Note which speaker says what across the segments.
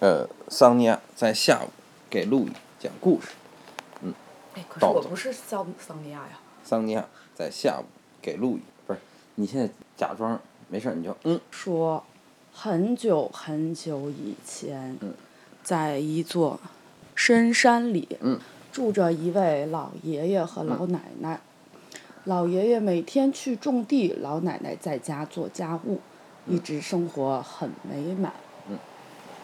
Speaker 1: 呃，桑尼亚在下午给路易讲故事。
Speaker 2: 哎，可是
Speaker 1: 倒
Speaker 2: 我
Speaker 1: 走
Speaker 2: 不是桑桑尼亚呀，
Speaker 1: 桑尼亚在下午给路易，不是，你现在假装没事儿，你就嗯，
Speaker 3: 说，很久很久以前，
Speaker 1: 嗯
Speaker 3: 在一座深山里，
Speaker 1: 嗯
Speaker 3: 住着一位老爷爷和老奶奶。老爷爷每天去种地，老奶奶在家做家务，
Speaker 1: 嗯
Speaker 3: 一直生活很美满。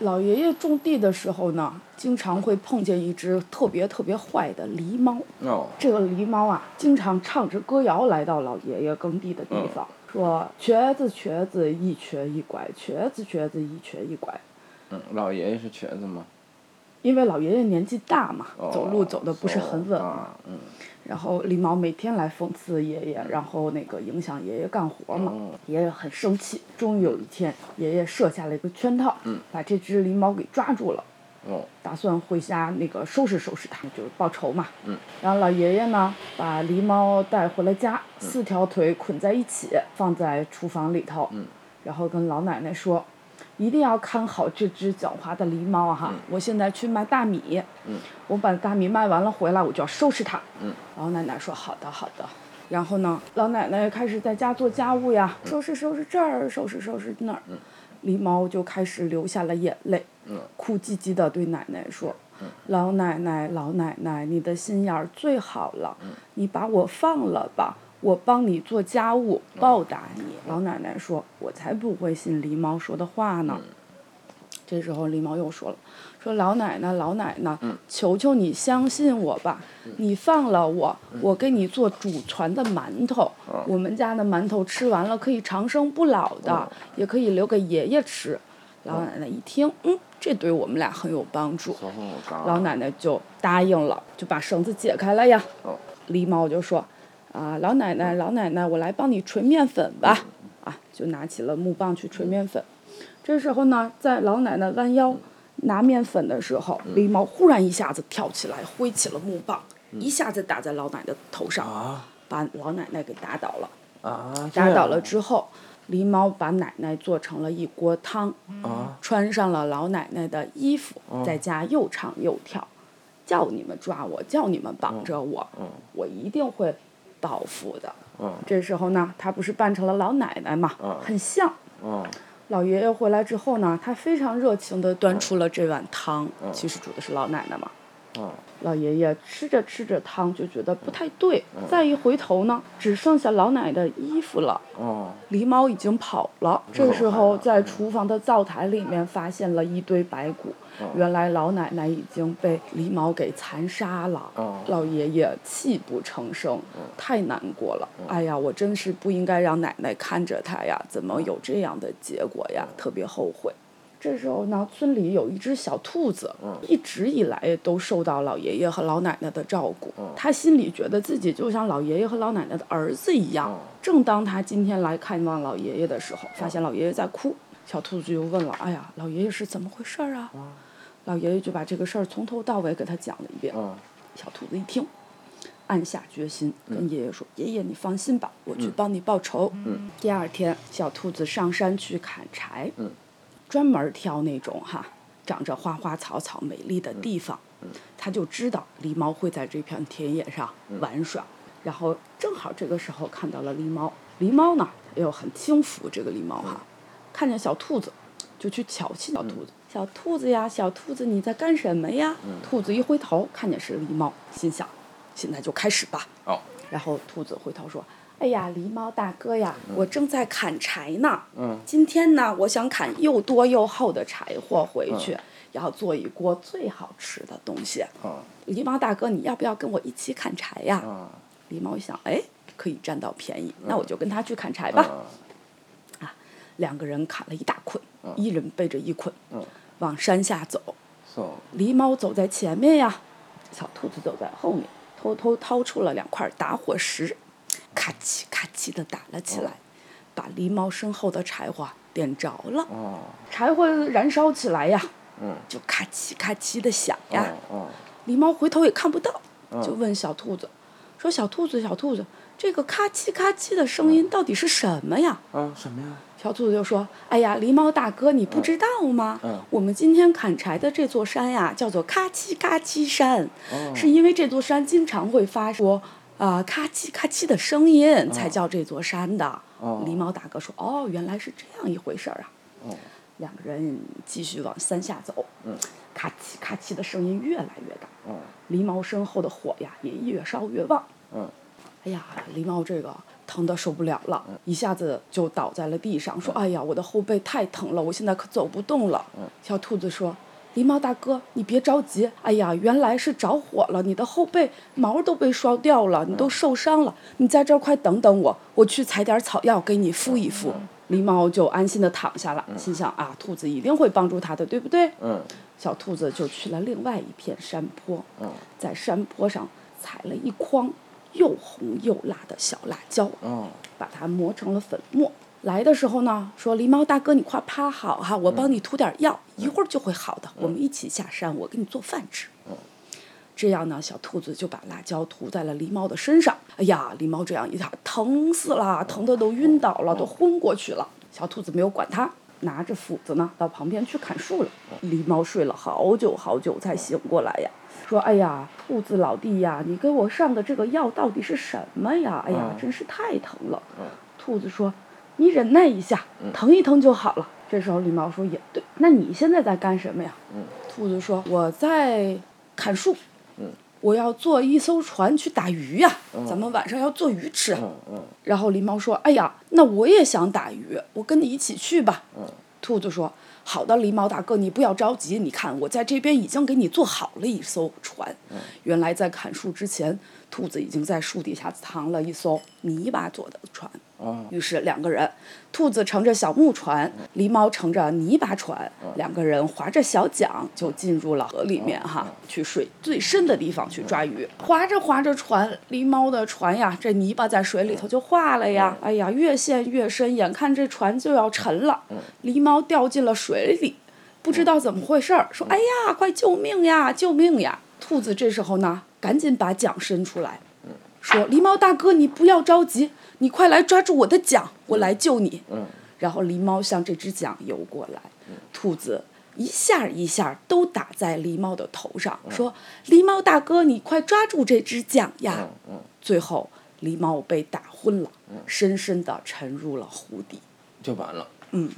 Speaker 3: 老爷爷种地的时候呢，经常会碰见一只特别特别坏的狸猫。
Speaker 1: 哦，
Speaker 3: 这个狸猫啊，经常唱着歌谣来到老爷爷耕地的地
Speaker 1: 嗯
Speaker 3: 方，说：“瘸子，瘸子，一瘸一拐；瘸子，瘸子，一瘸一拐。
Speaker 1: 嗯，老爷爷是瘸子吗？”
Speaker 3: 因为老爷爷年纪大嘛，
Speaker 1: 哦、
Speaker 3: 走路走的不是很稳
Speaker 1: 哦
Speaker 3: 嘛。
Speaker 1: 啊，嗯，
Speaker 3: 然后狸猫每天来讽刺爷爷，然后那个影响爷爷干活嘛。
Speaker 1: 哦
Speaker 3: 爷爷很生气。终于有一天，爷爷设下了一个圈套，
Speaker 1: 嗯
Speaker 3: 把这只狸猫给抓住了。
Speaker 1: 哦，
Speaker 3: 打算回家那个收拾收拾它，就是报仇嘛。
Speaker 1: 嗯。
Speaker 3: 然后老爷爷呢，把狸猫带回了家，四条腿捆在一起，放在厨房里头。嗯。然后跟老奶奶说，一定要看好这只狡猾的狸猫啊哈！我现在去卖大米。嗯。我把大米卖完了回来，我就要收拾它。嗯。老奶奶说：“好的，好的。”然后呢，老奶奶开始在家做家务呀，收拾收拾这儿，收拾收拾那儿。狸猫就开始流下了眼泪，哭唧唧地对奶奶说：“老奶奶，老奶奶，你的心眼儿最好了，你把我放了吧，我帮你做家务，报答你。老奶奶说：“我才不会信狸猫说的话呢。这时候狸猫又说了：“说老奶奶，老奶奶，求求你相信我吧，你放了我，我给你做祖传的馒头，我们家的馒头吃完了可以长生不老的，也可以留给爷爷吃。”老奶奶一听，嗯，这对我们俩很有帮助。
Speaker 1: 昨天我刚
Speaker 3: 老奶奶就答应了，就把绳子解开了呀。
Speaker 1: 哦
Speaker 3: 狸猫就说：“啊，老奶奶，老奶奶，我来帮你捶面粉吧。”啊，就拿起了木棒去捶面粉。这时候呢，在老奶奶弯腰拿面粉的时候，狸猫忽然一下子跳起来，挥起了木棒，一下子打在老奶奶头上，
Speaker 1: 啊
Speaker 3: 把老奶奶给打倒了。
Speaker 1: 啊，
Speaker 3: 打倒
Speaker 1: 这
Speaker 3: 了
Speaker 1: 样
Speaker 3: 之后，狸猫把奶奶做成了一锅汤。
Speaker 1: 啊，
Speaker 3: 穿上了老奶奶的衣服，在家又唱又跳，叫你们抓我，叫你们绑着我，我一定会报复的。
Speaker 1: 嗯
Speaker 3: 这时候呢，她不是扮成了老奶奶嘛，很像。
Speaker 1: 哦，
Speaker 3: 老爷爷回来之后呢，他非常热情地端出了这碗汤，其实煮的是老奶奶嘛。
Speaker 1: 哦，
Speaker 3: 老爷爷吃着吃着汤就觉得不太对，再一回头呢，只剩下老奶奶的衣服了。
Speaker 1: 哦，
Speaker 3: 狸猫已经跑了。这时候，在厨房的灶台里面发现了一堆白骨，原来老奶奶已经被狸猫给残杀了。
Speaker 1: 哦
Speaker 3: 老爷爷泣不成声，太难过了。哎呀，我真是不应该让奶奶看着他呀，怎么有这样的结果呀？特别后悔。这时候呢，村里有一只小兔子，一直以来都受到老爷爷和老奶奶的照顾。他心里觉得自己就像老爷爷和老奶奶的儿子一样。正当他今天来看望老爷爷的时候，发现老爷爷在哭，小兔子就问了：“哎呀，老爷爷是怎么回事儿啊？”老爷爷就把这个事儿从头到尾给他讲了一遍。
Speaker 1: 哦，
Speaker 3: 小兔子一听，暗下决心，跟爷爷说：“爷爷，你放心吧，我去帮你报仇。第二天，小兔子上山去砍柴，
Speaker 1: 嗯
Speaker 3: 专门挑那种哈长着花花草草美丽的地方。他就知道狸猫会在这片田野上玩耍，然后正好这个时候看到了狸猫。狸猫呢，也有很轻浮这个狸猫哈，看见小兔子，就去瞧气小兔子。嗯小兔子呀，小兔子，你在干什么呀？兔子一回头，看见是狸猫，心想，现在就开始吧。
Speaker 1: 哦，
Speaker 3: 然后兔子回头说：“哎呀，狸猫大哥呀，我正在砍柴呢。
Speaker 1: 嗯
Speaker 3: 今天呢，我想砍又多又厚的柴火回去，要做一锅最好吃的东西。
Speaker 1: 哦，
Speaker 3: 狸猫大哥，你要不要跟我一起砍柴呀？”
Speaker 1: 啊，
Speaker 3: 狸猫一想，哎，可以占到便宜，那我就跟他去砍柴吧。
Speaker 1: 啊
Speaker 3: 两个人砍了一大捆，一人背着一捆，
Speaker 1: 嗯
Speaker 3: 往山下走。
Speaker 1: ，so，
Speaker 3: 狸猫走在前面呀，小兔子走在后面，偷偷掏出了两块打火石，咔嚓咔嚓的打了
Speaker 1: 哦
Speaker 3: 起来，把狸猫身后的柴火点着了。
Speaker 1: 哦，
Speaker 3: 柴火燃烧起来呀，
Speaker 1: 嗯，
Speaker 3: 就咔嚓咔嚓的响呀。
Speaker 1: 哦，嗯
Speaker 3: 狸猫回头也看不到，就问小兔子，说：“小兔子，小兔子，这个咔叽咔叽的声
Speaker 1: 嗯
Speaker 3: 音到底是什么呀？
Speaker 1: 啊，什么呀？
Speaker 3: 小兔子就说：“哎呀，狸猫大哥，你不知道吗？
Speaker 1: 嗯嗯
Speaker 3: 我们今天砍柴的这座山呀，叫做咔叽咔叽山，
Speaker 1: 哦
Speaker 3: 是因为这座山经常会发出啊、呃咔叽咔叽的声音，才叫这座山的。
Speaker 1: 哦
Speaker 3: 狸猫大哥说：“哦，原来是这样一回事儿啊。”
Speaker 1: 哦，
Speaker 3: 两个人继续往山下走，
Speaker 1: 嗯
Speaker 3: 咔叽咔叽的声音越来越大，
Speaker 1: 哦，
Speaker 3: 狸猫身后的火呀也越烧越旺。
Speaker 1: 嗯，
Speaker 3: 哎呀，狸猫这个疼得受不了了，
Speaker 1: 嗯
Speaker 3: 一下子就倒在了地上，说：“哎呀，我的后背太疼了，我现在可走不动了。
Speaker 1: 嗯
Speaker 3: 小兔子说：“狸猫大哥，你别着急，哎呀，原来是着火了，你的后背毛都被烧掉了，你
Speaker 1: 嗯
Speaker 3: 都受伤了，你在这儿快等等我，我去采点草药给你敷一敷。
Speaker 1: 嗯
Speaker 3: 狸猫就安心的躺下了，心想啊，兔子一定会帮助它的，对不对？
Speaker 1: 嗯
Speaker 3: 小兔子就去了另外一片山坡，
Speaker 1: 嗯
Speaker 3: 在山坡上采了一筐又红又辣的小辣椒，
Speaker 1: 哦，
Speaker 3: 把它磨成了粉末。来的时候呢，说狸猫大哥，你快趴好哈，我帮你涂点药，一会儿就会好的。我们一起下山，我给你做饭吃。这样呢，小兔子就把辣椒涂在了狸猫的身上。哎呀，狸猫这样一下疼死了，疼得都晕倒了，都昏过去了。小兔子没有管它，拿着斧子呢到旁边去砍树了。狸猫睡了好久好久才醒过来呀，说：“哎呀，兔子老弟呀，你给我上的这个药到底是什么呀？哎呀，
Speaker 1: 嗯
Speaker 3: 真是太疼了。
Speaker 1: 嗯”
Speaker 3: 兔子说：“你忍耐一下，疼一疼就好了。”这时候狸猫说：“也对，那你现在在干什么呀？”兔子说：“我在砍树，
Speaker 1: 嗯
Speaker 3: 我要坐一艘船去打鱼呀、咱们晚上要做鱼吃。
Speaker 1: 嗯嗯
Speaker 3: 然后狸猫说：“哎呀，那我也想打鱼，我跟你一起去吧。
Speaker 1: 嗯
Speaker 3: 兔子说：“好的，狸猫大哥，你不要着急，你看我在这边已经给你做好了一艘船。
Speaker 1: 嗯
Speaker 3: 原来在砍树之前，兔子已经在树底下藏了一艘泥巴做的船。
Speaker 1: 哦
Speaker 3: 于是两个人，兔子乘着小木船，狸猫乘着泥巴船，两个人划着小桨就进入了河里面哈，去水最深的地方去抓鱼。划着划着船，狸猫的船呀，这泥巴在水里头就化了呀，哎呀，越陷越深，眼看这船就要沉了，狸猫掉进了水里。不知道怎么回事儿，说：“哎呀，快救命呀，救命呀！”兔子这时候呢，赶紧把桨伸出来，说：“狸猫大哥，你不要着急，你快来抓住我的桨，我来救你。
Speaker 1: 嗯
Speaker 3: 然后狸猫向这只桨游过来，兔子一下一下都打在狸猫的头上，说：“狸猫大哥，你快抓住这只桨呀！”
Speaker 1: 嗯嗯，
Speaker 3: 最后，狸猫被打昏了，深深地沉入了湖底。
Speaker 1: 就完了。
Speaker 3: 嗯，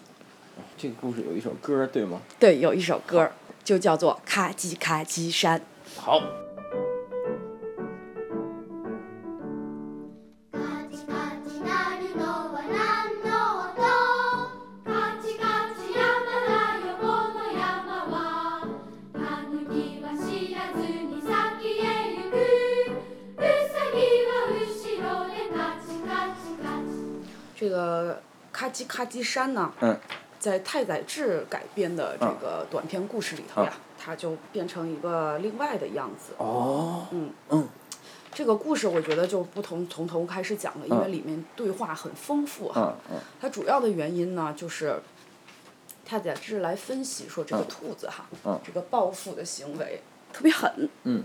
Speaker 1: 这个故事有一首歌，对吗？
Speaker 3: 对，有一首歌儿就叫做《咔叽咔叽山》。
Speaker 1: 好，
Speaker 4: カチカチなるのは何の音カチカチ山だよこの山はたぬきは知らずに先へ行くうさぎは後ろでカチカチカチ
Speaker 3: 这个《咔叽咔叽山》呢，
Speaker 1: 嗯
Speaker 3: 在太宰治改编的这个短篇故事里
Speaker 1: 嗯
Speaker 3: 头呀，它就变成一个另外的样子。
Speaker 1: 哦，
Speaker 3: 嗯，
Speaker 1: 嗯
Speaker 3: 这个故事我觉得就不同从头开始讲了，因为
Speaker 1: 嗯
Speaker 3: 里面对话很丰富哈。
Speaker 1: 嗯嗯
Speaker 3: 它主要的原因呢，就是太宰治来分析说这个
Speaker 1: 嗯
Speaker 3: 兔子哈，
Speaker 1: 嗯
Speaker 3: 这个报复的行为特别狠，
Speaker 1: 嗯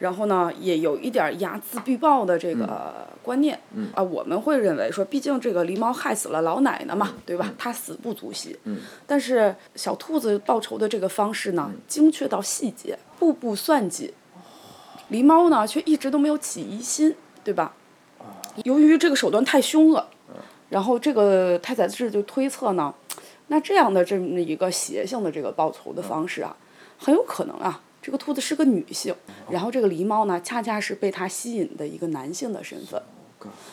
Speaker 3: 然后呢，也有一点儿睚眦必报的这个观念。
Speaker 1: 嗯
Speaker 3: 啊，我们会认为说，毕竟这个狸猫害死了老奶奶嘛，对吧？它死不足惜。
Speaker 1: 嗯
Speaker 3: 但是小兔子报仇的这个方式呢，精确到细节，步步算计。狸猫呢，却一直都没有起疑心，对吧？
Speaker 1: 啊
Speaker 3: 由于这个手段太凶恶，
Speaker 1: 嗯
Speaker 3: 然后这个太宰治就推测呢，那这样的这么一个邪性的这个报仇的方式啊，很有可能啊，这个兔子是个女性，然后这个狸猫呢，恰恰是被它吸引的一个男性的身份。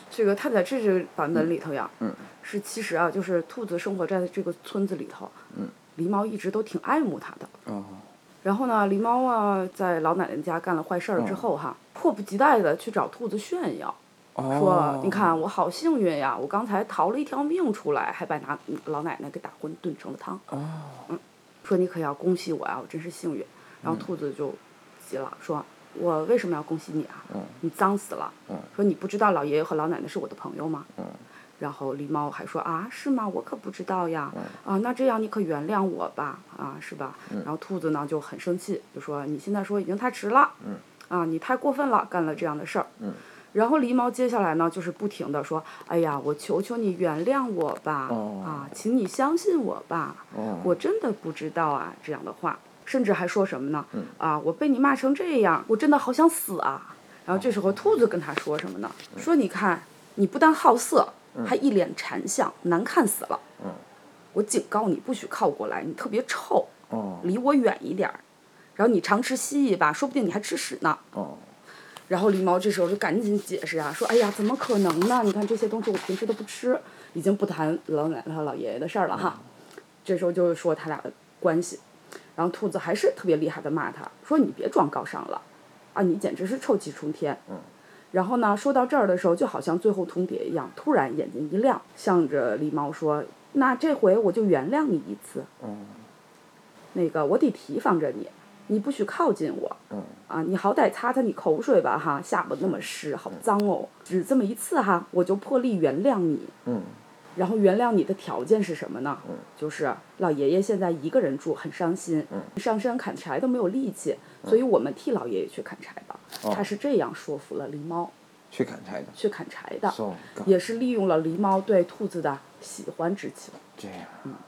Speaker 3: 这个太宰治这个版本里头呀，
Speaker 1: 嗯
Speaker 3: 是其实啊，就是兔子生活在这个村子里头，
Speaker 1: 嗯
Speaker 3: 狸猫一直都挺爱慕它的。
Speaker 1: 哦
Speaker 3: 然后呢，狸猫啊，在老奶奶家干了坏事儿
Speaker 1: 嗯
Speaker 3: 之后哈，迫不及待的去找兔子炫耀，
Speaker 1: 哦，
Speaker 3: 说：“你，看，我好幸运呀，我刚才逃了一条命出来，还把拿老奶奶给打昏，炖成了汤。嗯
Speaker 1: 哦
Speaker 3: 说你可要恭喜我呀，我真是幸运。”
Speaker 1: 嗯
Speaker 3: 然后兔子就急了，说：“我为什么要恭喜你啊？你脏死了！
Speaker 1: 嗯
Speaker 3: 说你不知道老爷爷和老奶奶是我的朋友吗？”
Speaker 1: 嗯
Speaker 3: 然后狸猫还说啊，是吗？我可不知道
Speaker 1: 嗯
Speaker 3: 呀。啊，那这样你可原谅我吧，啊，是吧？
Speaker 1: 嗯
Speaker 3: 然后兔子呢就很生气，就说你现在说已经太迟了。
Speaker 1: 嗯
Speaker 3: 啊，你太过分了，干了这样的事儿。
Speaker 1: 嗯
Speaker 3: 然后狸猫接下来呢，就是不停的说：“哎呀，我求求你原谅我吧，
Speaker 1: 哦
Speaker 3: 啊，请你相信我吧，
Speaker 1: 哦
Speaker 3: 我真的不知道啊。”这样的话，甚至还说什么呢？
Speaker 1: 嗯
Speaker 3: 啊，我被你骂成这样，我真的好想死啊！然后这
Speaker 1: 哦
Speaker 3: 时候兔子跟他说什么呢？
Speaker 1: 嗯
Speaker 3: 说你看，你不但好色，还一脸馋相，难看死了。
Speaker 1: 嗯
Speaker 3: 我警告你，不许靠过来，你特别臭，
Speaker 1: 哦
Speaker 3: 离我远一点儿。然后你常吃蜥蜴吧，说不定你还吃屎呢。
Speaker 1: 哦
Speaker 3: 然后狸猫这时候就赶紧解释啊，说：“哎呀，怎么可能呢？你看这些东西我平时都不吃，已经不谈老奶奶和老爷爷的事儿了哈。”这时候就是说他俩的关系，然后兔子还是特别厉害的骂他，说：“你别装高尚了，啊，你简直是臭气冲天。”然后呢，说到这儿的时候，就好像最后通牒一样，突然眼睛一亮，向着狸猫说：“那这回我就原谅你一次。”那个我得提防着你，你不许靠近我。
Speaker 1: 嗯
Speaker 3: 啊，你好歹擦擦你口水吧哈，下巴那么湿，好脏哦。只这么一次哈，我就破例原谅你。
Speaker 1: 嗯
Speaker 3: 然后原谅你的条件是什么呢？就是老爷爷现在一个人住，很伤心，上山砍柴都没有力气，所以我们替老爷爷去砍柴吧。他是这样说服了狸猫
Speaker 1: 去砍柴的。
Speaker 3: 去砍柴的，
Speaker 1: So God，
Speaker 3: 也是利用了狸猫对兔子的喜欢之情。
Speaker 1: 这样啊。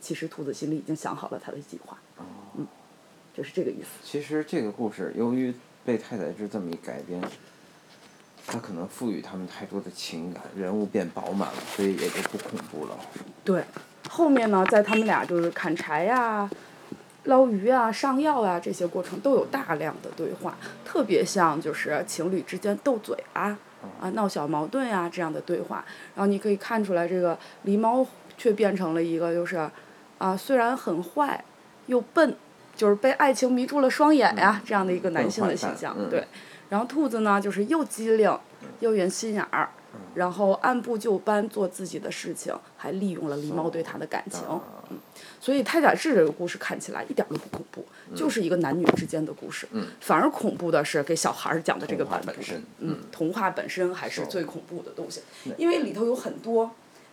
Speaker 3: 其实兔子心里已经想好了他的计划，嗯，就是这个意思。
Speaker 1: 其实这个故事，由于被太宰治这么一改编，他可能赋予他们太多的情感，人物变饱满了，所以也就不恐怖了。
Speaker 3: 对，后面呢，在他们俩就是砍柴呀、捞鱼啊、上药啊这些过程都有大量的对话，特别像就是情侣之间斗嘴啊、啊闹小矛盾啊这样的对话。然后你可以看出来，这个狸猫却变成了一个就是，啊虽然很坏，又笨，就是被爱情迷住了双眼呀、这样的一个男性的形象。
Speaker 1: 嗯笨坏蛋嗯
Speaker 3: 对，然后兔子呢就是又机灵又圆心眼儿。
Speaker 1: 嗯
Speaker 3: 然后按部就班做自己的事情，还利用了狸猫对他的感情，嗯，所以太宰治这个故事看起来一点都不恐怖，
Speaker 1: 嗯
Speaker 3: 就是一个男女之间的故事，反而恐怖的是给小孩儿讲的这个
Speaker 1: 童话
Speaker 3: 版本
Speaker 1: 嗯本身
Speaker 3: 嗯，童话本身还是最恐怖的东西，因为里头有很多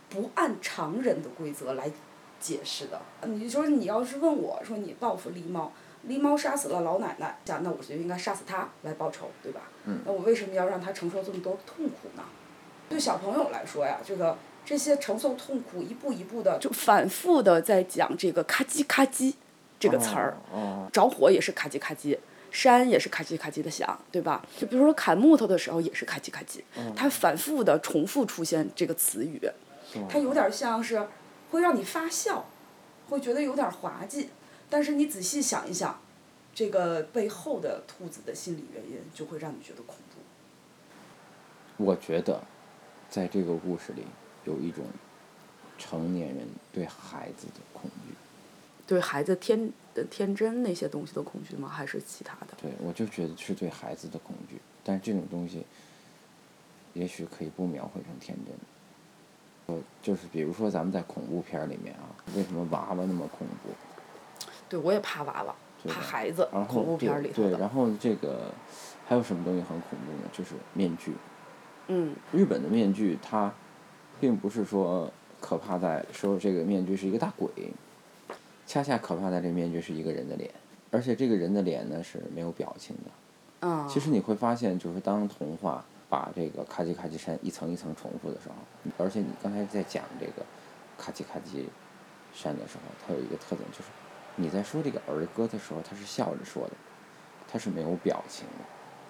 Speaker 3: 不按常人的规则来解释的。嗯你说你要是问我说你报复狸猫，狸猫杀死了老奶奶，想那我就应该杀死它来报仇，对吧？那我为什么要让它承受这么多痛苦呢？对小朋友来说呀，这个这些承受痛苦，一步一步的就反复的在讲这个“咔叽咔叽”这个词儿。
Speaker 1: 哦，
Speaker 3: 着火也是咔叽咔叽，山也是咔叽咔叽的响，对吧？就比如说砍木头的时候也是咔叽咔叽，它反复的重复出现这个词语，它有点像是会让你发笑，会觉得有点滑稽，但是你仔细想一想，这个背后的兔子的心理原因就会让你觉得恐怖。
Speaker 1: 我觉得，在这个故事里有一种成年人对孩子的恐惧。
Speaker 3: 对孩子天的天真那些东西的恐惧吗？还是其他的？
Speaker 1: 对，我就觉得是对孩子的恐惧，但是这种东西，也许可以不描绘成天真。呃，就是比如说咱们在恐怖片儿里面啊，为什么娃娃那么恐怖？
Speaker 3: 对，我也怕娃娃，
Speaker 1: 对
Speaker 3: 怕
Speaker 1: 吧
Speaker 3: 孩子，
Speaker 1: 然后
Speaker 3: 恐怖片儿里头
Speaker 1: 对，对
Speaker 3: 的。
Speaker 1: 然后这个还有什么东西很恐怖呢？就是面具。
Speaker 3: 嗯，
Speaker 1: 日本的面具它并不是说可怕在说这个面具是一个大鬼，恰恰可怕在这个面具是一个人的脸，而且这个人的脸呢是没有表情的。
Speaker 3: 啊，
Speaker 1: 其实你会发现，就是当童话把这个咔叽咔叽山一层一层重复的时候，而且你刚才在讲这个咔叽咔叽山的时候，它有一个特点就是，你在说这个儿歌的时候，它是笑着说的，它是没有表情的，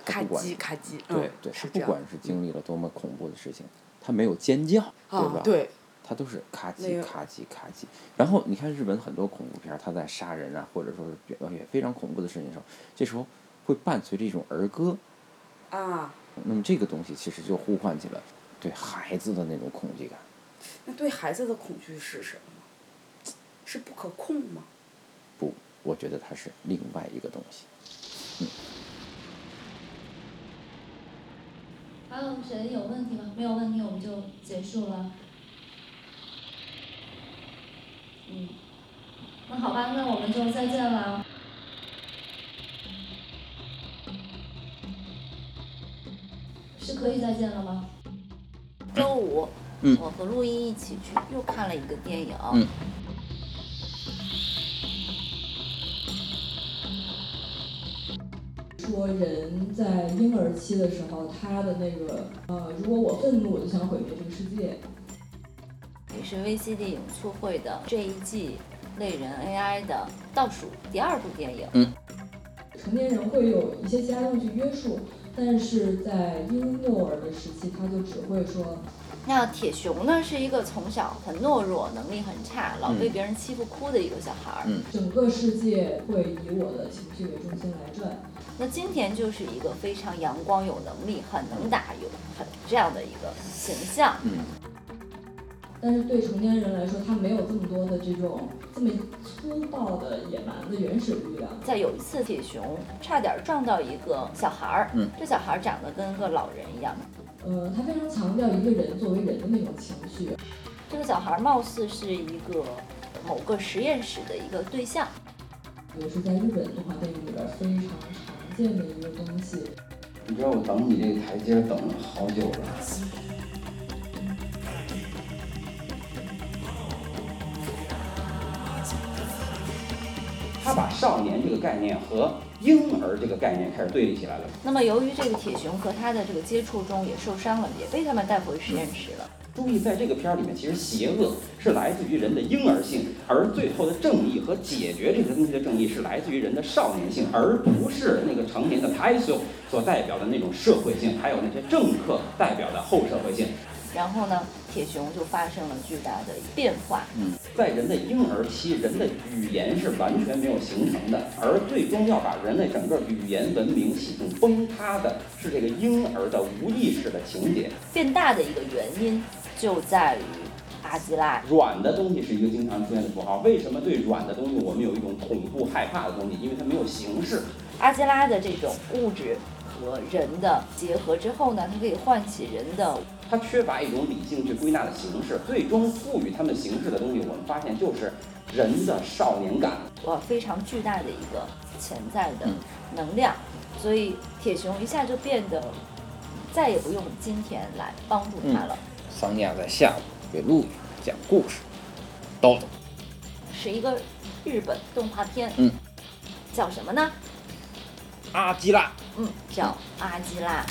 Speaker 1: 它
Speaker 3: 咔
Speaker 1: 不管
Speaker 3: 叽咔叽，
Speaker 1: 对
Speaker 3: 嗯
Speaker 1: 对，它
Speaker 3: 是
Speaker 1: 不
Speaker 3: 这样。
Speaker 1: 管是经历了多么恐怖的事情，它没有尖叫，
Speaker 3: 啊
Speaker 1: 吧？，
Speaker 3: 对，
Speaker 1: 它都是咔
Speaker 3: 那
Speaker 1: 叽
Speaker 3: 个
Speaker 1: 咔叽咔叽。然后你看日本很多恐怖片儿，它在杀人啊，或者说是表演非常恐怖的事情的时候，这时候会伴随着一种儿歌。
Speaker 3: 啊，
Speaker 1: 那么这个东西其实就呼唤起了对孩子的那种恐惧感。
Speaker 3: 那对孩子的恐惧是什么？是不可控吗？
Speaker 1: 不，我觉得它是另外一个东西。
Speaker 5: 还有谁有问题吗？没有问题，我们就结束了。嗯，那好吧，那我们就再见了。是可以再见了吗？
Speaker 6: 周五，
Speaker 1: 嗯
Speaker 6: 我和陆毅一起去又看了一个电影，
Speaker 1: 嗯
Speaker 7: 说人在婴儿期的时候，他的那个呃，如果我愤怒，我就想毁灭这个世界。
Speaker 6: 也是 VCD 影促会的这一季类人 AI 的倒数第二部电影。
Speaker 7: 成年人会有一些家用去约束，但是在婴幼儿的时期，他就只会说
Speaker 6: 那铁熊呢，是一个从小很懦弱、能力很差，老被别人欺负哭的一个小孩儿。
Speaker 1: 嗯
Speaker 7: 整个世界会以我的情绪为中心来转。
Speaker 6: 那今天就是一个非常阳光、有能力、很能打、有很这样的一个形象。
Speaker 1: 嗯
Speaker 7: 但是对成年人来说，他没有这么多的这种这么粗暴的野蛮的原始力量。
Speaker 6: 在有一次，铁熊差点撞到一个小孩儿，
Speaker 1: 嗯
Speaker 6: 这小孩儿长得跟个老人一样。
Speaker 7: 呃，他非常强调一个人作为人的那种情绪。
Speaker 6: 这个小孩儿貌似是一个某个实验室的一个对象，
Speaker 7: 比如说在日本动画电影里边非常常见的一个东西，
Speaker 8: 你知道我等你这个台阶儿等了好久了。他把少年这个概念和婴儿这个概念开始对立起来了。
Speaker 6: 那么由于这个铁熊和他的这个接触中也受伤了，也被他们带回实验室了。
Speaker 8: 注意，在这个片儿里面，其实邪恶是来自于人的婴儿性，而最后的正义和解决这些东西的正义是来自于人的少年性，而不是那个成年的台所所代表的那种社会性，还有那些政客代表的后社会性。
Speaker 6: 然后呢，铁熊就发生了巨大的变化。
Speaker 8: 在人的婴儿期，人的语言是完全没有形成的，而最终要把人类整个语言文明系统崩塌的是这个婴儿的无意识的情节。
Speaker 6: 变大的一个原因就在于阿基拉。
Speaker 8: 软的东西是一个经常出现的符号。为什么对软的东西我们有一种恐怖害怕的东西？因为它没有形式。
Speaker 6: 阿基拉的这种物质和人的结合之后呢，它可以唤起人的
Speaker 8: 它缺乏一种理性去归纳的形式，最终赋予它们形式的东西，我们发现就是人的少年感。
Speaker 6: 呃非常巨大的一个潜在的能量，所以铁熊一下就变得再也不用金钱来帮助他了，
Speaker 1: 桑尼亚在下午给路易讲故事，叨叨。
Speaker 6: 是一个日本动画片，
Speaker 1: 嗯，
Speaker 6: 叫什么呢？
Speaker 1: 阿基拉，
Speaker 6: 嗯，叫《阿基拉》。